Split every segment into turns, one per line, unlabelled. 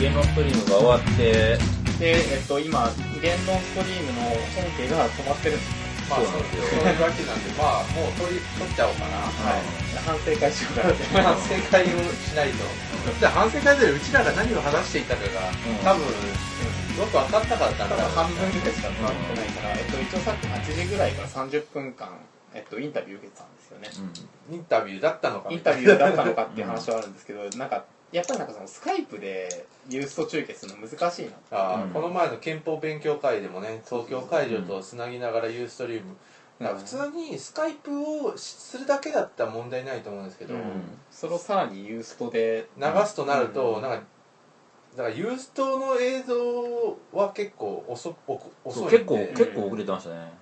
言論ストリームが終わって、
で、えっと、今、言論ストリームの本家が止まってるんです。
まあ、
そう
そう
なんですよ
そういうわけなんで、まあ、もう取り、取っちゃおうかな。
はい。反省会しようかなって。
反省会をしないと。じゃあ反省会でうちらが何を話していたかが、多分、よく分かったからだ
た
ろ
だ
う
半分ぐらいしか回ってないから、えっと、一応さっき8時ぐらいから30分間、えっと、インタビュー受けてたんですよね。
インタビューだったのか
イ
み
ン
たい
タビューだったのかっていう話はあるんですけど、なんか、やっぱりなんかそのスカイプでユースト中継するの難しいな。
なああ
うん
この前の憲法勉強会でもね、東京会場とつなぎながらユーストリーム。だから普通にスカイプをしするだけだったら問題ないと思うんですけど、
うんそれをさらにユーストで、
流すとなると、
うん
なんかだからユーストの映像は結構遅遅遅い
そ
ん
う
で
結構、結構遅れてましたね。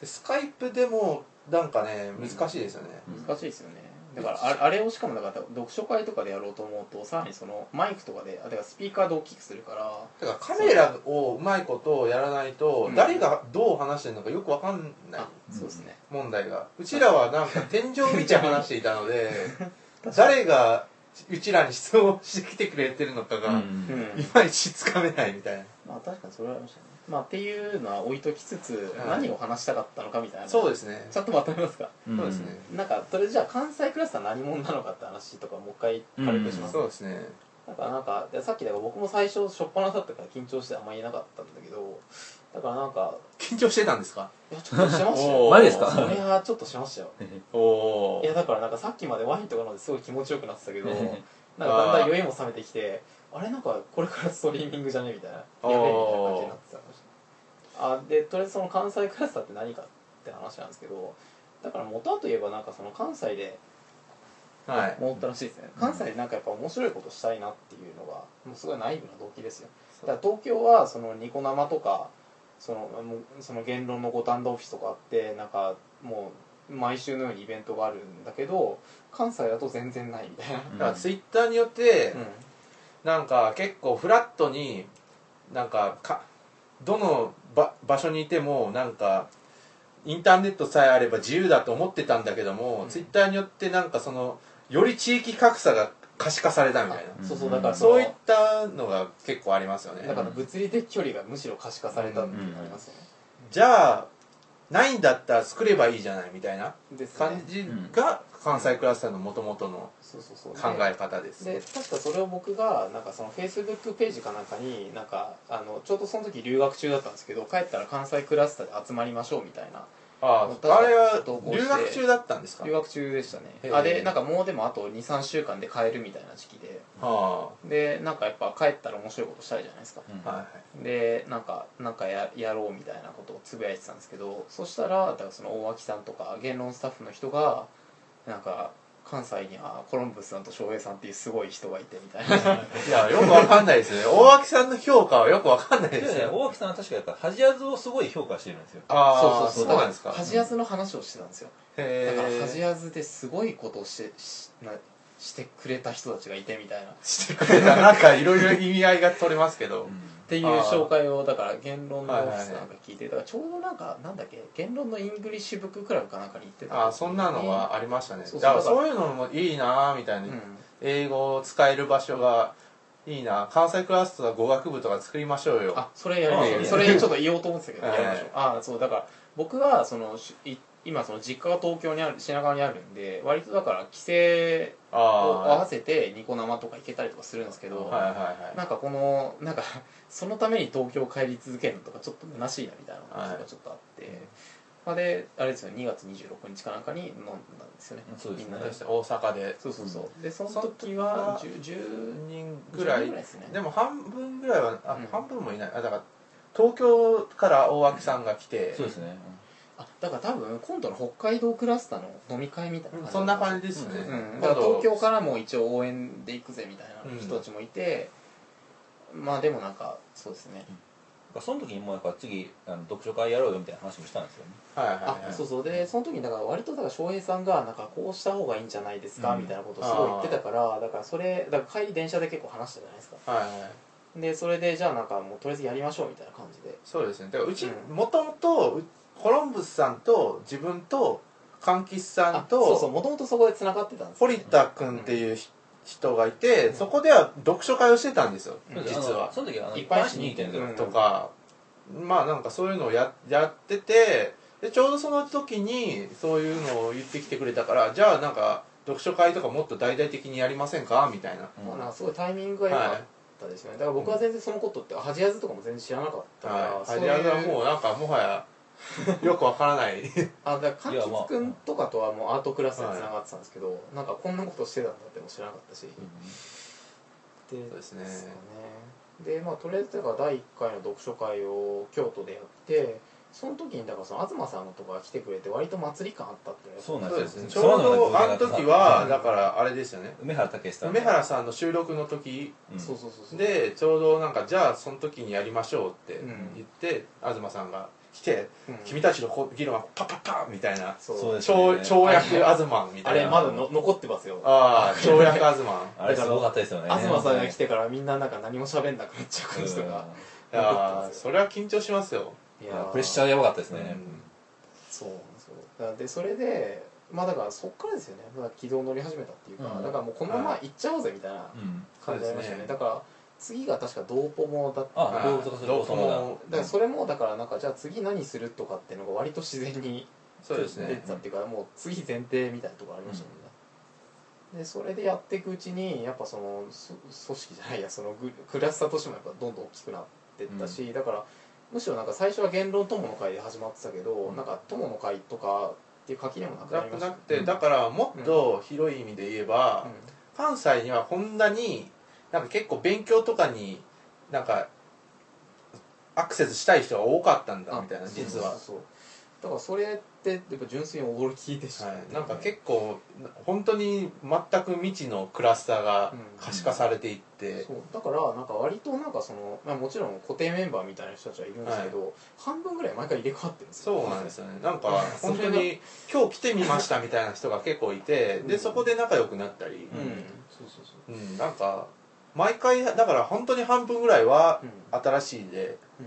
でスカイプでもなんかね難しいですよね、
難しいですよね。だからあ、あれをしかもだから読書会とかでやろうと思うと、さらにそのマイクとかで、あ、だからスピーカーで大きくするから、
だからカメラをうまいことやらないと
うん
誰がどう話してるのかよくわかんない
あ、そうですね。
問題がうちらはなんか天井見て話していたので
確かに
誰がうちらに質問してきてくれてるのかが、
うん
うん
いまいちつかめないみたいな
まあ確かにそれはありましたね。まあっていうのは置いときつつ、
はい
何を話したかったのかみたいな。。
そうですすね
ちゃんとまとめますか。
そうですね、
なんか、それじゃあ関西クラスター何者なのかって話とかもう一回軽くします。
そうですね
だからなんか、さっきだから僕も最初初っ端だったから緊張してあんまり言えなかったんだけど、だからなんか、
緊張してたんですか
いやちょっとしました
お
よ。
ー
マジですか
それはちょっとしましたよ。
おお
いやだからなんかさっきまでワインとか飲んですごい気持ちよくなってたけどなんかだんだん酔いも冷めてきてあれなんかこれからストリーミングじゃねみたいなやべえみたいな感じになってたかもしれないあでとりあえずその関西クラスターって何かって話なんですけどだから元はといえばなんかその関西で
はい
思ったらしいですね関西でなんかやっぱ面白いことしたいなっていうのがもうすごいナイブな動機ですよだから東京はそのニコ生とかそのもうその言論の五反田オフィスとかあってなんかもう毎週のようにイベントがあるんだけど関西だと全然ないみたいな、
だからツイッターによって、なんか結構フラットになんかかどの場場所にいてもなんかインターネットさえあれば自由だと思ってたんだけども、
うん
ツイッターによってなんかそのより地域格差が可視化されたみたいな
あそうそうだから
そうい
い
ったのが結構ありますよね
だから物理的距離がむしろ可視化されたっていうのがありますよね、
じゃあないんだったら作ればいいじゃないみたいな
ですね
感じが関西クラスターのもともとの
そうそうそうで
考え方です、
で確かそれを僕がなんかそのフェイスブックページかなんかになんかあのちょうどその時留学中だったんですけど帰ったら関西クラスターで集まりましょうみたいな
あ
確
あ
か
あれは
同行して
留学中だったんですか
留学中でした
へ
ね
え
あでなんかもうでもあと23週間で帰るみたいな時期で
は
でなんかやっぱ帰ったら面白いことしたいじゃないですか
あ、はい
でなんかなんかややろうみたいなことをつぶやいてたんですけどそしたらだからその大脇さんとか言論スタッフの人がなんか関西にはコロンブスさんと翔平さんっていうすごい人がいてみたいな
いや、よくわかんないで すね。大脇さんの評価はよくわかんない
で
です
ね、
よ。
大木さんは確かやっぱ、ハジアズをすごい評価してるんですよ。
あ
そ
あ、
う
そ
そううそう
なんですか。
ハジアズの話をしてたんですよだからハジ
へ
アズですごいことをしてしなしてくれた人たちがいてみたいなっ
え。してくれた。なんかいろいろ意味合いが取れますけど。
ていう紹介をだから言論のオフィスなんか聞いてだからちょうどなんかなんだっけ言論のイングリッシュブッククラブかなんかに行ってた時に
ああ、そんなのはありましたね。
そうそう
だから
だから
そういうのもいいなぁ、みたいうな。
ん
英語を使える場所がいいなぁ。関西クラスとか語学部とか作りましょうよ。
あそれやりましょ
あ
うそれちょっと言おうと思ってたけど
は
や
い
りましょうあそうだから僕はそのしい今その実家が東京にある品川にあるんで割とだから帰省を合わ
あ
せてニコ生とか行けたりとかするんですけ
あ。
ど、
はいはいはい。
なんかこのなんかそのために東京帰り続けるのとかちょっと虚しいなみたいな感じがちょっとあって、まあ、であれですよ2月26日かなんかに飲んだんですよね
そうですね
みんな
そうですね大阪で
そうそうそう、でその
その
時は
時
10
10人
ぐ
ぐ
ら
ら
い
い
ですね
でも半分ぐらいはあ、
うん
半分もいないあだから東京から大脇さんが来て、
そうですね。
あだから多分今度の北海道クラスターの飲み会みたいな
うん
感じ
そんな感じですね、
うん
うん、
今
だから
度
東京からも一応応援で行くぜみたいな人たちもいて、まあでもなんかそうですね、
その時にもうやっぱ次、あの読書会やろうよみたいな話もしたんですよね。
はいはいはい
あそうそうでその時にだから割とだから翔平さんがなんかこうした方がいいんじゃないですか、みたいなことをすごい言ってたからだからそれだから帰り電車で結構話したじゃないですか
はいはい
でそれでじゃあなんかもうとりあえずやりましょうみたいな感じで
そうですねだからうち
うん
もともとコロンブスさんと自分と柑橘さん
あそうそう
と
もともとそこでつながってたんです
ポ
よ
リタ君っていうひ人がいてそこでは読書会をしてたんですよ
うん
実
あ
は
のその時はあの
いっ
一
ぱい
般紙2.0、
うん
とかまあなんかそういうのをややっててでちょうどその時にそういうのを言ってきてくれたからじゃあなんか読書会とかもっと大々的にやりませんかみたいな
うん
まあなんかすごいタイミングが良かったですよね、だから僕は全然そのことってハジアズとかも全然知らなかったから、
はいハ
そういう
ジアズはもうなんかもはやよくわからない
あだから
いやまあ
柑橘君とかとはもうアートクラスにつながってたんですけど、なんかこんなことしてたんだっても知らなかったし、で
そうですね
ですかねでまあとりあえずだから第1回の読書会を京都でやってその時にだからその東さんとかが来てくれて割と祭り感あったっていうのが
そうなん
そう
で
ですす
よ
ね ちょうどあの時は
うん
だからあれですよね
梅原武さん
梅原さんの収録の時
うん
そうそうそうそう
でちょうどなんかじゃあその時にやりましょうって
うん
言って、東さんが来て
うん
「君たちのこ議論はパッパッパッ」みたいな
そう
そうです
跳
ね
跳躍東み
あ
たい
れ
な
まだの残ってますよ
ああ跳躍 東
あれすごかったですよね
東さんが来てからみんななんか何も喋んなくなっちゃう感じとか、
いやーそれは緊張しますよ、
うん
い
い
や
やプレッシャーがやばかったです
う
ね、
ん
そうなんですよだからでそれでまあだからそっからですよねまだ軌道乗り始めたっていうか、
うん
だからもうこのまま行っちゃおうぜみたいな
うん
感じになりま
そうで
したよ
す
ね
ね
だから次が確かドーポモだった
あ
はい
動物化する王様だ
どうも
だからそれもだからなんかじゃあ次何するとかっていうのが割と自然に
そうです
出
ね
てたっていうかもう次前提みたいなところありましたもんね、でそれでやっていくうちにやっぱそのそ組織じゃないやそのグクラスターとしてもやっぱどんどん大きくなってったし、だからむしろなんか最初は言論友の会で始まってたけど、
うん
なんか友の会とかっていう垣根もなくな
な
りま
く
した
な
よ
く
ね
て、だからもっと広い意味で言えば、
うん
関西にはこんなになんか結構勉強とかになんかアクセスしたい人が多かったんだみたいな
あ
実
そ
は
うそうそうだからそれってやっぱ純粋に驚きでしたね、
はい、なんか結構本当に全く未知のクラスターが可視化されていって、
そうだからなんか割となんかその、まあ、もちろん固定メンバーみたいな人たちはいるんですけど、半分ぐらい毎回入れ替わってるんですよ
そうなんですよねなんか
それ
本当
が
に今日来てみましたみたいな人が結構いて
うん
でそこで仲良くなったり
うん、
うん
そうそうそう
うん、なんか毎回だから本当に半分ぐらいは
うん
新しいで
う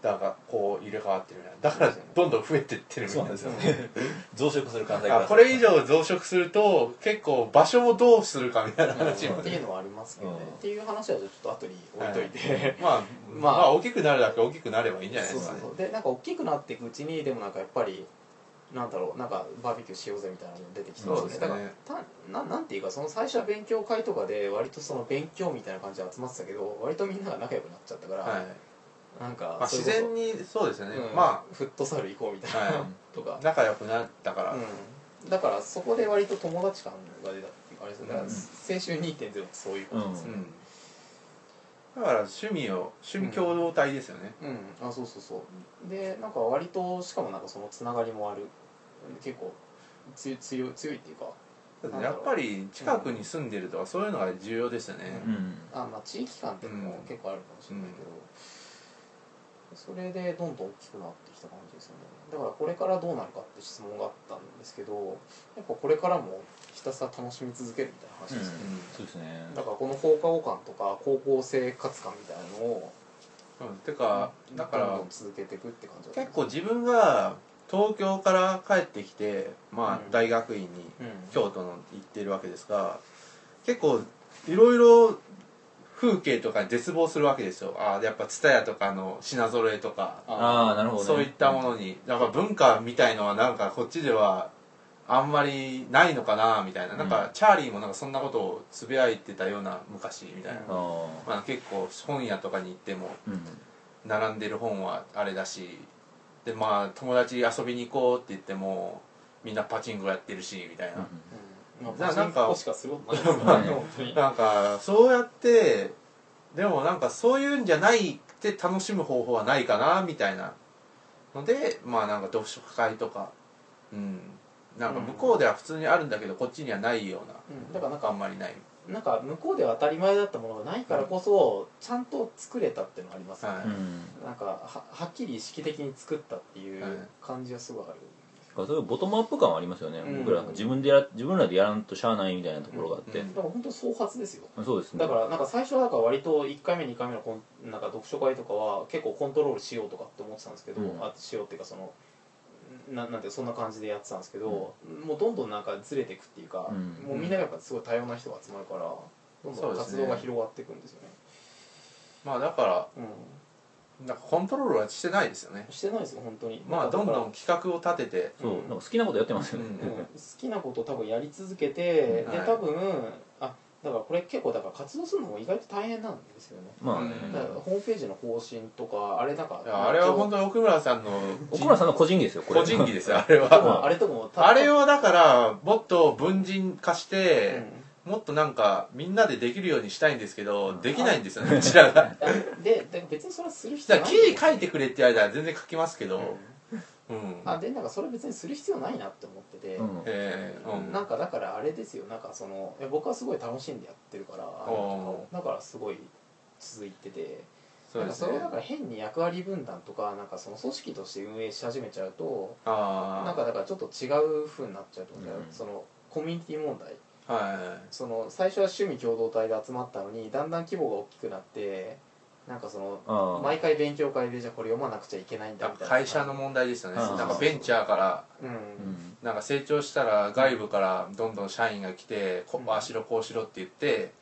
だがこう入れ替わってるみたいなだからどんどん増えてってるみた
そ
いう
な
なん
ですよ
ん
ね 増殖する関西
あこれ以上増殖すると結構場所をどうするかみたいな話
う
も
んっていうのはありますけどね、
うん
っていう話はちょっと後に置いといて、
まあ、
ま
ま
あ
あ、大きくなるだけ大きくなればいいんじゃない
そ
で
う
す
そ
か
う
ね
そうでなんか大きくなっていくうちにでもなんかやっぱりなんだろうなんかバーベキューしようぜみたいなのも出てきてます
そう
よ
です
ねだ
ね
からたななんていうかその最初は勉強会とかで割とその勉強みたいな感じで集まってたけど割とみんなが仲良くなっちゃったから、
はい
なんか、
まあ、
そ
自
れこそ
然にそうですよね、
うん
ま
フットサル行こうみたいな、
は
と
あ
か、
仲良くなったから、
うん、だからそこで割と友達感が出たっていうかあれですよだか
う
ら
ん
青春2.0ってそういうことですよね
うんだから趣味を趣味共同体ですよね、
うん、あそうそうそうでなんか割としかもなんかそのつながりもある結構つ強い強いっていうか
だってやっぱり近くに住んでるとかそういうのが重要ですよね、
うん
あまあ地域感っていうのも
うん
結構あるかもしれないけど、それでどんどん大きくなってきた感じですよねだからこれからどうなるかって質問があったんですけどやっぱこれからもひたすら楽しみ続けるみたいな話
うん
ですね、
そうですね
だからこの放課後感とか高校生活感みたいなのを
うんてかだか
どん
ら
どん続けていくって感じだ
結構自分が東京から帰ってきてま
うん
あ大学院に
今
京都の行ってるわけですが結構いろいろ風景とかに絶望するわけですよああやっぱ蔦屋とかの品揃えとか
ああなるほど、ね、
そういったものにやっぱ文化みたいのはなんかこっちではあんまりないのかなみたいななん
うん
かチャーリーもなんかそんなことをつぶやいてたような昔みたいな、
う
あ
ん
あ
まあ、結構本屋とかに行っても
うん
並んでる本はあれだしでまあ友達遊びに行こうって言ってもみんなパチンコやってるしみたいな、
ま
な
あ、
な
なん
ん
か
か
しかすることないですからね本当に
なんかそうやってでもなんかそういうんじゃないって楽しむ方法はないかなみたいなのでまあなんか読書会とかうんなんか向こうでは普通にあるんだけどこっちにはないような
うんだから
あ
なん
ん
か
まりない
なんか向こうでは当たり前だったものがないからこそちゃんと作れたっていうのがありますよね、
は
う
い
ん
なんかははっきり意識的に作ったっていう
はい
感じはすごいある、
そういうボトムアップ感はありますよね、
うん
僕ら自分でや自分らでやらんとしゃあないみたいなところがあって、
うん
だから本当創発ですよ
そうですね
だからなんか最初はなんか割と1回目2回目のこんなんか読書会とかは結構コントロールしようとかって思ってたんですけど、
うん
あしようっていうかそのななんていうかそんな感じでやってたんですけど、もうどんどんなんかずれていくっていうか、
うん
もうみんながやっぱすごい多様な人が集まるからどんどん活動が広がっていくんですよね
まあだから
う
なんかコントロールはしてないですよね
んしてないですよ本当に
まあ
だ
ど
から
んどん企画を立てて
そう、
うん
なんか好きなことやってますよね、
うん
うん好きなことを多分やり続けて、
はい
で多分あだからこれ結構だから活動するのも意外と大変なんですよね、
まあね、
うん
だからホームページの更新とかあれなんか
いやあれは本
当
当に奥村さんの
奥村さんの個人技ですよこれ
個人技ですよあれは
あれとかも
あれ
を、
はだからもっと文人化し
う
て、
ん
もっとなんかみんなでできるようにしたいんですけど、
うん
できないんですよねうちらが
でで別にそれはする必
だ
要
か
な
ら
い
記事書いてくれって言われたら全然書きますけ
う
ど、
ん
うん
あでなんかそれ別にする必要ないなって思って て、
うん
えーうん
なんかだからあれですよなんかそのいや僕はすごい楽しんでやってるからあのだからすごい続いてて
そうですね
なんかそれをだから変に役割分担とかなんかその組織として運営し始めちゃうと
ああ
なんかだからちょっと違う風になっちゃうと思うんだよ、
うん
そのコミュニティ問題
は
その最初は趣味共同体で集まったのにだんだん規模が大きくなってなんかその
ああ
毎回勉強会でじゃあこれ読まなくちゃいけないん
い
だ
だ
み
か
た
ら
いな
会社の問題ですよね
うん
なんかベンチャーから
うん、
うん
なんか成長したら外部からどんどん社員が来て、こ
うん
ああしろこうしろって言って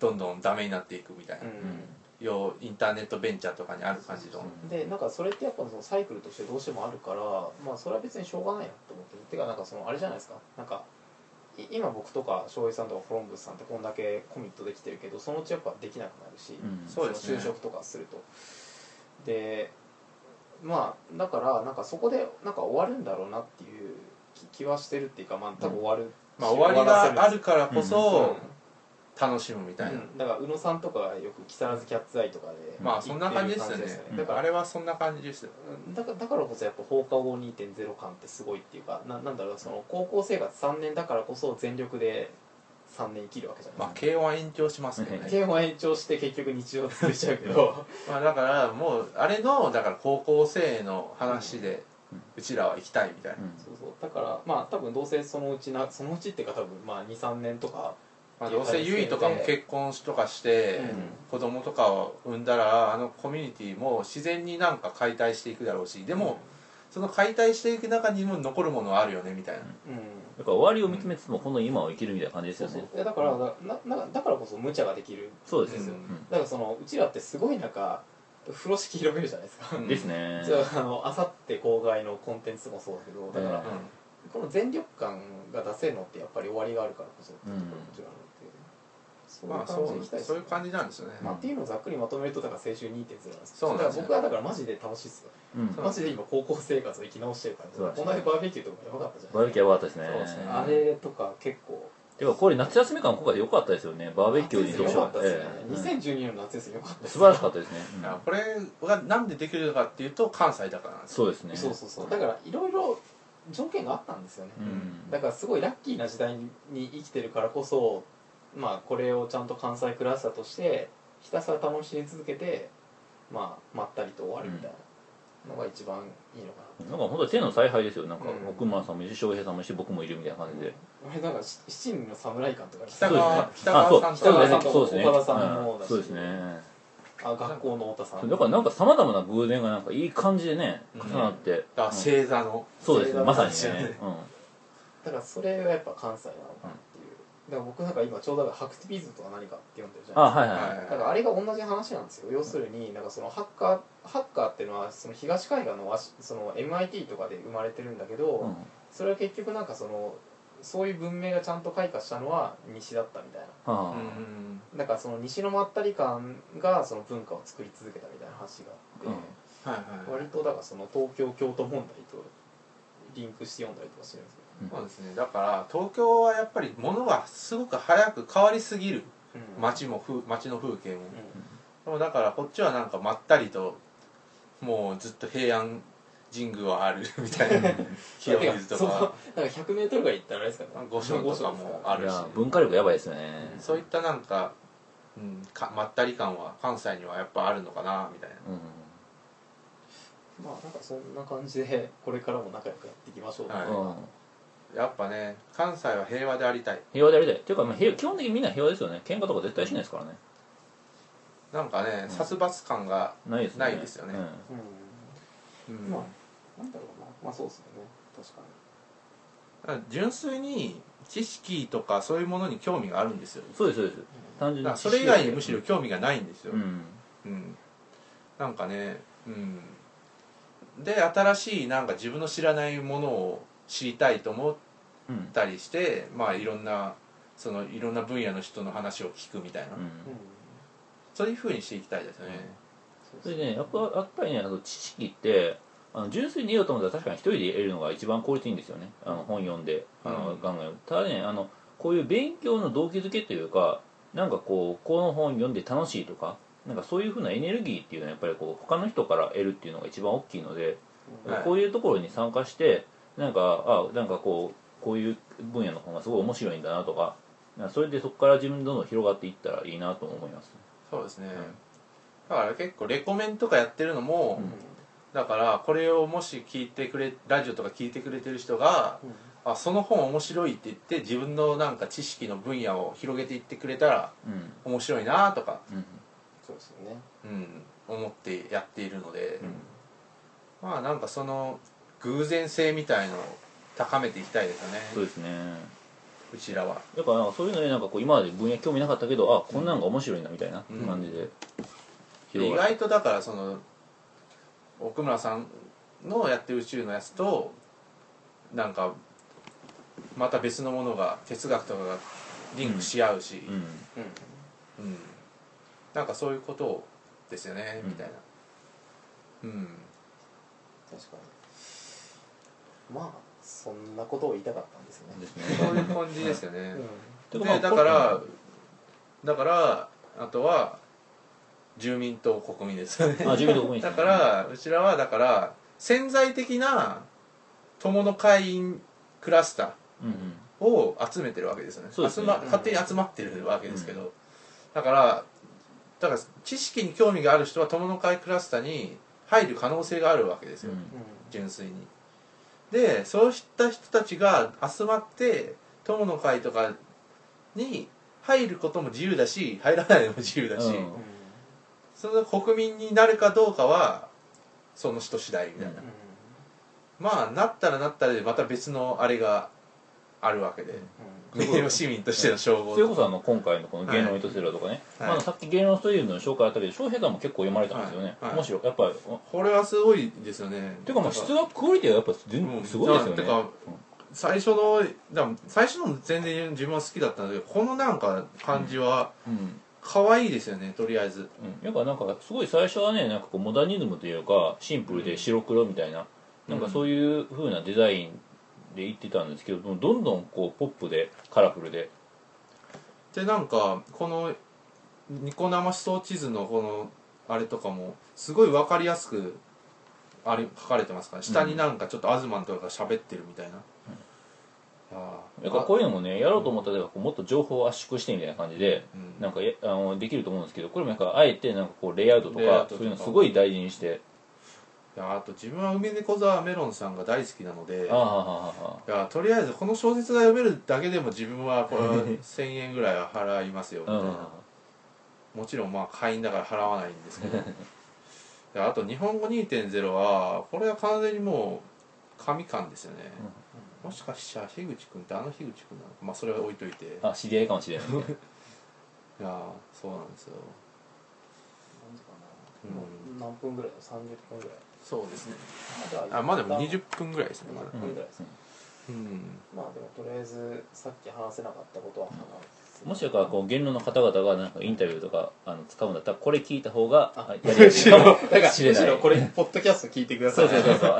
どんどんダメになっていくみたいな、
うん
要インターネットベンチャーとかにある感じの
そうそうそうでなんかそれってやっぱそのサイクルとしてどうしてもあるからまあそれは別にしょうがないなと思っててかなんかそのあれじゃないですかなんかい今僕とか翔平さんとかコロンブスさんってこんだけコミットできてるけどそのうちやっぱできなくなるし、
うん
そうですね
の就職とかするとでまあだからなんかそこでなんか終わるんだろうなっていう気気はしてるっていうかまあ多分終わる、
まあ、終わりがあ
る
るからこ
と
そ楽しむみたいな、
だから宇野さんとかがよく木更津キャッツアイとかで
まあそんな感じですよね
行ってる感じで
だ
すよだ
か
からら
あれはそんな感じですよ
だからだからこそやっぱ放課後2.0感ってすごいっていうかななんだろうその高校生活3年だからこそ全力で3年生きるわけじゃない
まあ軽音は延長しますけど
あ
ね
慶応は延長して結局日常続いちゃうけど
まあだからもうあれのだから高校生の話で
うん
うちらは行きたいみたいな、
うん
そうそうだからまあ多分どうせそのうちなそのうちっていうか多分まあ23年とか
まあ、どうせゆいとかも結婚とかして
うん
子供とかを産んだらあのコミュニティも自然になんか解体していくだろうしで
で
もその解体していく中にも残るものはあるよねみたいな、
うん、
だから終わりを見つめつつもこの今を生きるみたいな感じです
そう
よ
そ
ね
ういやだからだななだからこそ無茶ができる
そうです
うん
よ、うん
だからそのうちらってすごいなんか風呂敷広げるじゃないですか、
うん
ですね
じゃああのあさって公開のコンテンツもそうだけどだから、
うん
この全力感が出せるのってやっぱり終わりがあるからこそっていうところもちろんあ
うん
る
ま
の
あそ
で、そういう感じでいうきたいです
そういう感
じ
じなんですよね、
まあ、っていうのをざっくりまとめるとだから青春2.0なんですよ
そうなんですよ
だから僕はだからマジで楽しいっすよ、
うん
そう
マジで今高校生活を生き直してるから
そうなんです
こ
よ
の間バーベキューとかやばかったじゃ
バ
な
ー
い
ベキューは終わったですね
そうですね
あれとか結構
てかこれ夏休み間今回良かったですよねバーベキューに
良
読書
かったですね、
ええうん
2012年の夏休み良かったです
素晴らしかったですね、うん
いやこれがなんでできるかっていうと関西だからなんですよ
そうですね
そうそうそうだからいろいろ条件があったんですよね、
うん
だからすごいラッキーな時代に生きてるからこそまあこれをちゃんと関西クラスターとしてひたすら楽しみ続けてまあまったりと終わるみたいなのが一番いいのか
なんか本当に天の采配ですよなんか
うん
奥村さんもいるし翔平さんもいるし僕もいるみたいな感じで
な、俺なんかし七人の侍感とか
北川
そうですねあそう
北川さんと
そうですね
岡田さんもだし
そうですね
あ学校の太田さ
そうんだからなんかさまざまな偶然がなんかいい感じでね
うん
重なって、
だから
うん
星座の、
そうですねまさに
星座の話
ね、
だからそれがやっぱ関西なのかなっていう、だから僕なんか今ちょうどだからハクティビズムとか何かって読んでるじゃ
うん、あ
ないですか
は
はいはい、はいい、
だからあれが同じ話なんですよ要するになんかそのハッカーハッカーっていうのはその東海岸のわしその MIT とかで生まれてるんだけど、
うん
それは結局なんかそのそういう文明がちゃんと開花したのは西だったみたいな
はあ
うん
だからその西のまったり感がその文化を作り続けたみたいな話があっ
はい
て、
はい
割とだからその東京京都問題とリンクして読んだりとかしてるんです
そうですねだから東京はやっぱり物がすごく早く変わりすぎる
けど、うん
街も風街の風景も、
うん
でもだからこっちはなんかまったりともうずっと平安神宮はある みたいな清水と
そうなん
か
か100メートルぐらい行ったらあれですかね
御所とかもあ
い
るし
や文化力やばいですよね、
そういったなんか,、うん、かまったり感は関西にはやっぱあるのかなみたいな
うん
まあなんかそんな感じでこれからも仲良くやっていきましょう、
はい
うん
やっぱね関西は平和でありたい
平和でありたいっていうか、まあ、平基本的にみんな平和ですよね喧嘩とか絶対しないですからね
なんかね、
ん
殺伐感が、
ないですよね
ないですよね
うん
うん
うん
まあなんだろうなまあそうですよね確かに
だから純粋に知識とかそういうものに興味があるんですよ
そうですそうです
だか
単純に
らそれ以外にむしろ興味がないんですよ、
うん
うん、なんかね、うん、で新しいなんか自分の知らないものを知りたいと思っ
うんうん
たりしてまあいろんなそのいろんな分野の人の話を聞くみたいな、
うん
そういうふうにしていきたいですね、
そ
そうそう
れでねやっぱやっぱりねあの知識ってあの純粋に得ようと思ったら確かに一人で得るのが一番効率いいんですよねあの本読んであの、
うん
ガンガン読むただねあのこういう勉強の動機づけというかなんかこうこの本読んで楽しいとかなんかそういうふうなエネルギーっていうのはやっぱりこう他の人から得るっていうのが一番大きいので、
はい
こういうところに参加してなんかあなんかこうこういう分野の本がすごい面白いんだなとかなんかそれでそこから自分にどんどん広がっていったらいいなと思います、
そうですね、
ん
だから結構レコメンとかやってるのも、
うん
だからこれをもし聞いてくれラジオとか聞いてくれてる人が
うんうん
あその本面白いって言って自分のなんか知識の分野を広げていってくれたら
うん
面白いなとか、
うん
そうですよね
うん、思ってやっているので、
うん
まあなんかその偶然性みたいのを高めていきたいですよね
そうですね
うちらは
だからなんかそういうのになんかこう今まで分野興味なかったけどあこんなんが面白いなみたいな感じで
で意
がる
外とだからその奥村さんのやってる宇宙のやつとなんかまた別のものが哲学とかがリンクし合うし、
うん
うん
うんなんかそういうことをですよね、
うん
みたいなうん
確かにまあそんなことを言いたかったんですよ
で
ね
す
そう
ね
いう感じですよ ね、
て
で
かまあ
だからだからあとは住民と国民ですよね
あ自分の国民
だからうちらはだから潜在的な友の会員クラスタ
うんうん
ーを集めてるわけですよね
そうですね
集ま
うん
勝手に集まってるわけですけど、だからだから知識に興味がある人は友の会クラスターに入る可能性があるわけですよ、
うん
純粋にでそうした人たちが集まって友の会とかに入ることも自由だし入らないのも自由だし、
うん
う
その国民になるかどうかはその人次第みたいな、
うん
ん
まあなったらなったらでまた別のあれがあるわけで
う
名誉市民としての称号
それこそあの今回のこの芸能イトセラとかね、
はい
まあ、さっき芸能ストリームの紹介あったけど翔平さんも結構読まれたんですよね、
はいはい
むしろやっぱり
これはすごいですよね
ていうかまあ質がクオリティはやっぱ全
うん
すごいですよね
だからてか最初のだから最初の全然自分は好きだったんだけどこのなんか感じは
うん
可愛いですよねとりあえず
うん、やっぱなんかすごい最初はねなんかこうモダニズムというかシンプルで白黒みたいな、なんかそういう風なデザインで言ってたんですけどどんどんどんこうポップでカラフルで、
でなんかこのニコ生思想地図のこのあれとかもすごい分かりやすくあれ書かれてますから下になんかちょっとアズマンとかが喋ってるみたいな、ああ
やっぱこういうのもねやろうと思ったらこうもっと情報を圧縮してみたいな感じで、
うん
なんかやあのできると思うんですけどこれもなんかあえてなんかこうレイアウトと
レイアウ
か
トとか
そういうのすごい大事にして
いやあと自分は梅猫沢メロンさんが大好きなので
ああはあはあは
い
あ
やとりあえずこの小説が読めるだけでも自分はこれ1000円ぐらいは払いますよみたいなもちろんまあ会員だから払わないんですけどであと「日本語2.0」はこれは完全にもう神感ですよね、もしかしたら樋口君ってあの樋口君なのかまあそれは置いといていや
うんあ知り合いかもしれないね、
ーそうなんですよ
何時か
う
な、
ん
何分ぐらいだ30分ぐらい
そうですね
じゃ
あまあでも20分ぐらいですねまだ
20分ぐらいですね、
うん
まあでもとりあえずさっき話せなかったことは話す
もしかこう言論の方々がなんかインタビューとかあの使うんだったらこれ聞いた方が
あ
あやりやすいかも
だからむ
しれな
し
い
ろこれポッドキャスト聞いてくださ
そ
い
そう
う
そうそう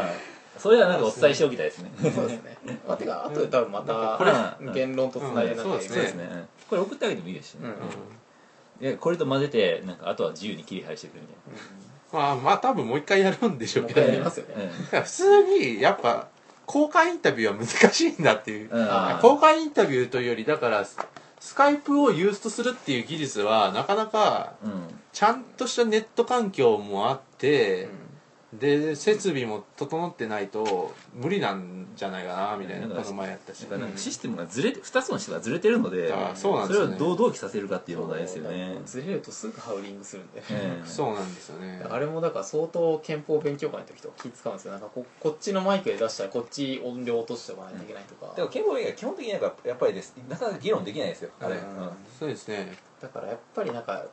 それはなんかお伝えしておきたいですね
そうですね。まあ、てか、あとで多分また、
これ
言論とつないでなんか、
うんそうです
そう
ね
ですね、うんこれ送ってあげてもいいですし
うん
ね、いやこれと混ぜてなんかあとは自由に切り配してくるみ
まあまあ多分もう一回やるんでしょうけ
も
ど
た
う一回
いな
やりますよね
うん
普通にやっぱ公開インタビューは難しいんだっていう、
うん
あ公開インタビューというよりだからススカイプをユーストするっていう技術はなかなか
うん
ちゃんとしたネット環境もあって、
うん
で設備も整ってないと無理なんじゃないかなみたいな
うん
この前やったし
だからなんかシステムがずれて2つのシステムがずれてるので
あそうなん
そ
で
れ
すよ
を
ね
どう同期させるかっていう問題ですよね
ずれるとすぐハウリングするんで、
ええ
そうなんですよね
あれもだから相当憲法勉強会の時とか気使うんですよなんかここっちのマイクで出したらこっち音量落としておかないといけないとか、
でも憲法以外基本的になんかやっぱりですなかなか議論できないですよあれ、
うん
うん
そうですね
だからやっぱりなんか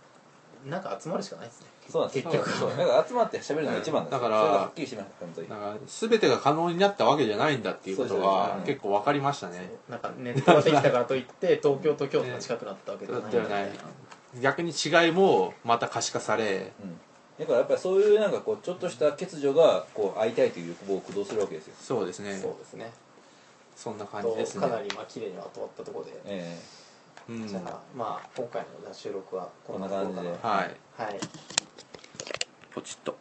なんか集まるしかないですね
そうなんです
結局
そうだから集まって喋るのが一番なんで
だ
すよ
から
それがはっきりしてました本当に
だから全てが可能になったわけじゃないんだっていうこと
そう
は
ですね
結構分かりましたね
なんかネットができたからといって東京と京都が近くなったわけで
だ
は
っ
ない
たよね逆に違いもまた可視化され
だからやっぱりそういうなんかこうちょっとした欠如がこう会いたいという欲望を駆動するわけですよ、
そうですね
そうですね
そんな感じ
と
ですね
かなりまあ綺麗にまとまったところで、
え
うん
じゃあまあ今回の収録はこんなところか
こんな感じ
な
で
はい
はい
えポチッと